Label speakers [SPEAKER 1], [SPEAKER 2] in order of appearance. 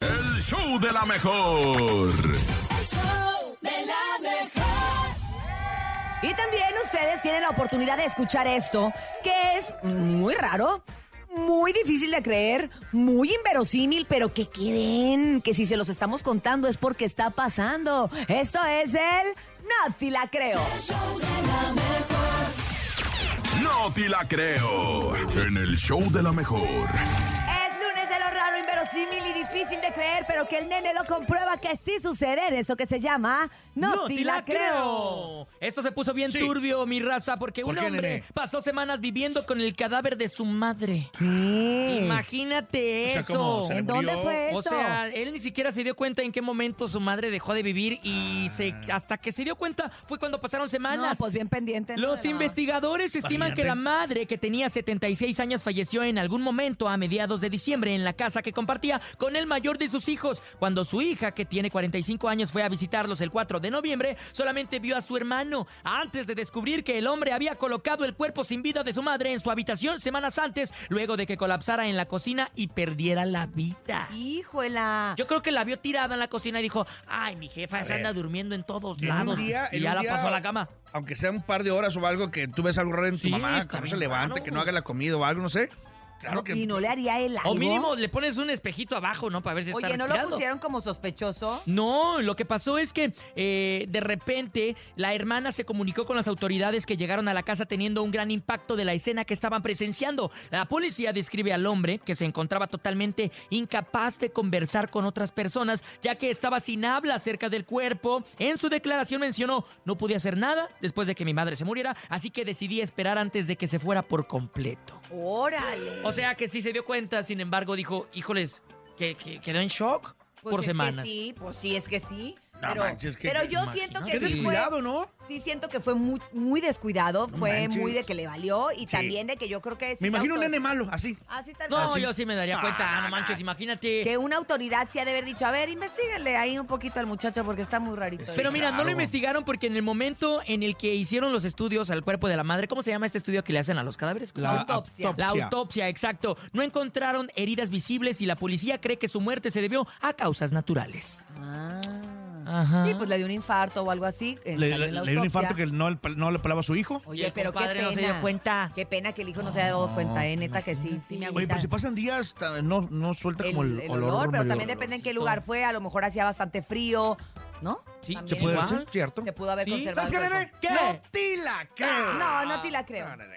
[SPEAKER 1] el show de la mejor.
[SPEAKER 2] El show de la mejor.
[SPEAKER 3] Y también ustedes tienen la oportunidad de escuchar esto, que es muy raro, muy difícil de creer, muy inverosímil, pero que creen que si se los estamos contando es porque está pasando. Esto es el Nati la creo.
[SPEAKER 2] El show de la mejor.
[SPEAKER 1] No te la creo. En el show de la mejor.
[SPEAKER 3] Es lunes de lo raro, inverosímil y difícil de creer, pero que el nene lo comprueba que sí sucede en eso que se llama No,
[SPEAKER 4] No,
[SPEAKER 3] te
[SPEAKER 4] te
[SPEAKER 3] la creo.
[SPEAKER 4] Esto se puso bien
[SPEAKER 5] Sí.
[SPEAKER 4] turbio, mi raza, porque
[SPEAKER 5] ¿Por
[SPEAKER 4] un
[SPEAKER 5] qué,
[SPEAKER 4] hombre
[SPEAKER 5] nene?
[SPEAKER 4] pasó semanas viviendo con el cadáver de su madre.
[SPEAKER 3] ¿Qué?
[SPEAKER 4] Imagínate
[SPEAKER 5] O sea,
[SPEAKER 4] eso.
[SPEAKER 5] ¿cómo? Se le
[SPEAKER 3] ¿En dónde
[SPEAKER 5] murió.
[SPEAKER 3] fue eso?
[SPEAKER 4] O sea, él ni siquiera se dio cuenta en qué momento su madre dejó de vivir y se,
[SPEAKER 5] Ah.
[SPEAKER 4] hasta que se dio cuenta fue cuando pasaron
[SPEAKER 3] no,
[SPEAKER 4] semanas.
[SPEAKER 3] pues bien pendiente. ¿no?
[SPEAKER 4] Los
[SPEAKER 3] De la-
[SPEAKER 4] investigadores estiman
[SPEAKER 5] Imagínate.
[SPEAKER 4] que la madre, que tenía 76 años, falleció en algún momento a mediados de diciembre en la casa que compartía con el mayor de sus hijos. Cuando su hija, que tiene 45 años, fue a visitarlos el 4 de noviembre, solamente vio a su hermano. Antes de descubrir que el hombre había colocado el cuerpo sin vida de su madre en su habitación semanas antes, luego de que colapsara en la cocina y perdiera la vida.
[SPEAKER 3] Híjola.
[SPEAKER 4] Yo creo que la vio tirada en la cocina y dijo, ay, mi jefa se
[SPEAKER 5] ver.
[SPEAKER 4] anda durmiendo en todos
[SPEAKER 5] En un
[SPEAKER 4] lados.
[SPEAKER 5] día-
[SPEAKER 4] y
[SPEAKER 5] en
[SPEAKER 4] ya
[SPEAKER 5] un
[SPEAKER 4] la
[SPEAKER 5] día-
[SPEAKER 4] pasó a la cama.
[SPEAKER 5] Aunque sea un par de horas o algo, que tú ves algo raro en tu
[SPEAKER 4] Sí,
[SPEAKER 5] mamá,
[SPEAKER 4] está
[SPEAKER 5] que no se
[SPEAKER 4] bien
[SPEAKER 5] levante,
[SPEAKER 4] raro.
[SPEAKER 5] que no haga la comida o algo, no sé. Claro que.
[SPEAKER 3] Y no le haría él algo.
[SPEAKER 4] O mínimo le pones un espejito abajo, ¿no? Para ver si está
[SPEAKER 3] Oye, ¿no lo
[SPEAKER 4] respirando.
[SPEAKER 3] pusieron como sospechoso?
[SPEAKER 4] No, lo que pasó es que eh, de repente la hermana se comunicó con las autoridades que llegaron a la casa teniendo un gran impacto de la escena que estaban presenciando. La policía describe al hombre que se encontraba totalmente incapaz de conversar con otras personas ya que estaba sin habla acerca del cuerpo. En su declaración mencionó, no pude hacer nada después de que mi madre se muriera, así que decidí esperar antes de que se fuera por completo.
[SPEAKER 3] Órale.
[SPEAKER 4] O sea que sí se dio cuenta, sin embargo, dijo, híjoles, que, que quedó en shock
[SPEAKER 3] Pues
[SPEAKER 4] por
[SPEAKER 3] es que
[SPEAKER 4] semanas.
[SPEAKER 3] sí, pues sí, es que sí.
[SPEAKER 5] No
[SPEAKER 3] Pero,
[SPEAKER 5] manches, que-
[SPEAKER 3] pero yo siento que
[SPEAKER 5] Qué
[SPEAKER 4] imagínate.
[SPEAKER 3] sí
[SPEAKER 5] descuidado, ¿no?
[SPEAKER 3] fue, sí siento que fue muy, muy descuidado,
[SPEAKER 5] No
[SPEAKER 3] fue
[SPEAKER 5] manches.
[SPEAKER 3] muy de que le valió y
[SPEAKER 5] Sí.
[SPEAKER 3] también de que yo creo que... sí
[SPEAKER 5] Me
[SPEAKER 3] la
[SPEAKER 5] imagino un
[SPEAKER 3] autor-
[SPEAKER 5] nene malo, así.
[SPEAKER 3] Así tal
[SPEAKER 4] No,
[SPEAKER 3] cual.
[SPEAKER 4] yo sí me daría
[SPEAKER 5] Ah,
[SPEAKER 4] cuenta, ah, no
[SPEAKER 5] no,
[SPEAKER 4] manches,
[SPEAKER 5] no.
[SPEAKER 4] imagínate.
[SPEAKER 3] Que una autoridad sí ha de haber dicho, a ver, investigale ahí un poquito al muchacho porque está muy rarito.
[SPEAKER 4] Pero
[SPEAKER 5] Sí,
[SPEAKER 4] mira, no lo
[SPEAKER 5] claro.
[SPEAKER 4] investigaron porque en el momento en el que hicieron los estudios al cuerpo de la madre, ¿cómo se llama este estudio que le hacen a los cadáveres? ¿Cómo se llama?
[SPEAKER 3] autopsia.
[SPEAKER 4] La autopsia, exacto. No encontraron heridas visibles y la policía cree que su muerte se debió a causas naturales.
[SPEAKER 3] Ah.
[SPEAKER 4] Ajá.
[SPEAKER 3] Sí, pues le dio un infarto o algo así. eh,
[SPEAKER 5] Le,
[SPEAKER 3] salió en
[SPEAKER 5] le-
[SPEAKER 3] la
[SPEAKER 5] le dio un infarto
[SPEAKER 3] autopsia.
[SPEAKER 5] que no, le- no le pelaba a su hijo.
[SPEAKER 4] Y
[SPEAKER 3] Oye,
[SPEAKER 4] el
[SPEAKER 3] pero qué
[SPEAKER 4] compadre no se dio
[SPEAKER 3] pena.
[SPEAKER 4] cuenta.
[SPEAKER 3] Qué pena que el hijo no se haya dado cuenta, eh, neta que sí, sí me
[SPEAKER 4] Oye,
[SPEAKER 3] agüita.
[SPEAKER 5] Oye, pero si pasan días, ta- no, no suelta
[SPEAKER 3] el,
[SPEAKER 5] como el,
[SPEAKER 3] el
[SPEAKER 5] olor.
[SPEAKER 3] olor, pero
[SPEAKER 5] medio-
[SPEAKER 3] también depende en qué
[SPEAKER 4] olorcito.
[SPEAKER 3] lugar fue, a lo mejor hacía bastante frío, ¿no?
[SPEAKER 4] Sí,
[SPEAKER 3] También
[SPEAKER 5] Se puede
[SPEAKER 4] igual.
[SPEAKER 5] decir, ¿cierto?
[SPEAKER 3] Se pudo haber
[SPEAKER 4] Sí.
[SPEAKER 3] conservado.
[SPEAKER 5] ¿Sabes qué,
[SPEAKER 3] el cuerpo.
[SPEAKER 5] nene?
[SPEAKER 4] ¿Qué?
[SPEAKER 5] No te la creo.
[SPEAKER 3] No, no te la creo.
[SPEAKER 5] No, no, no.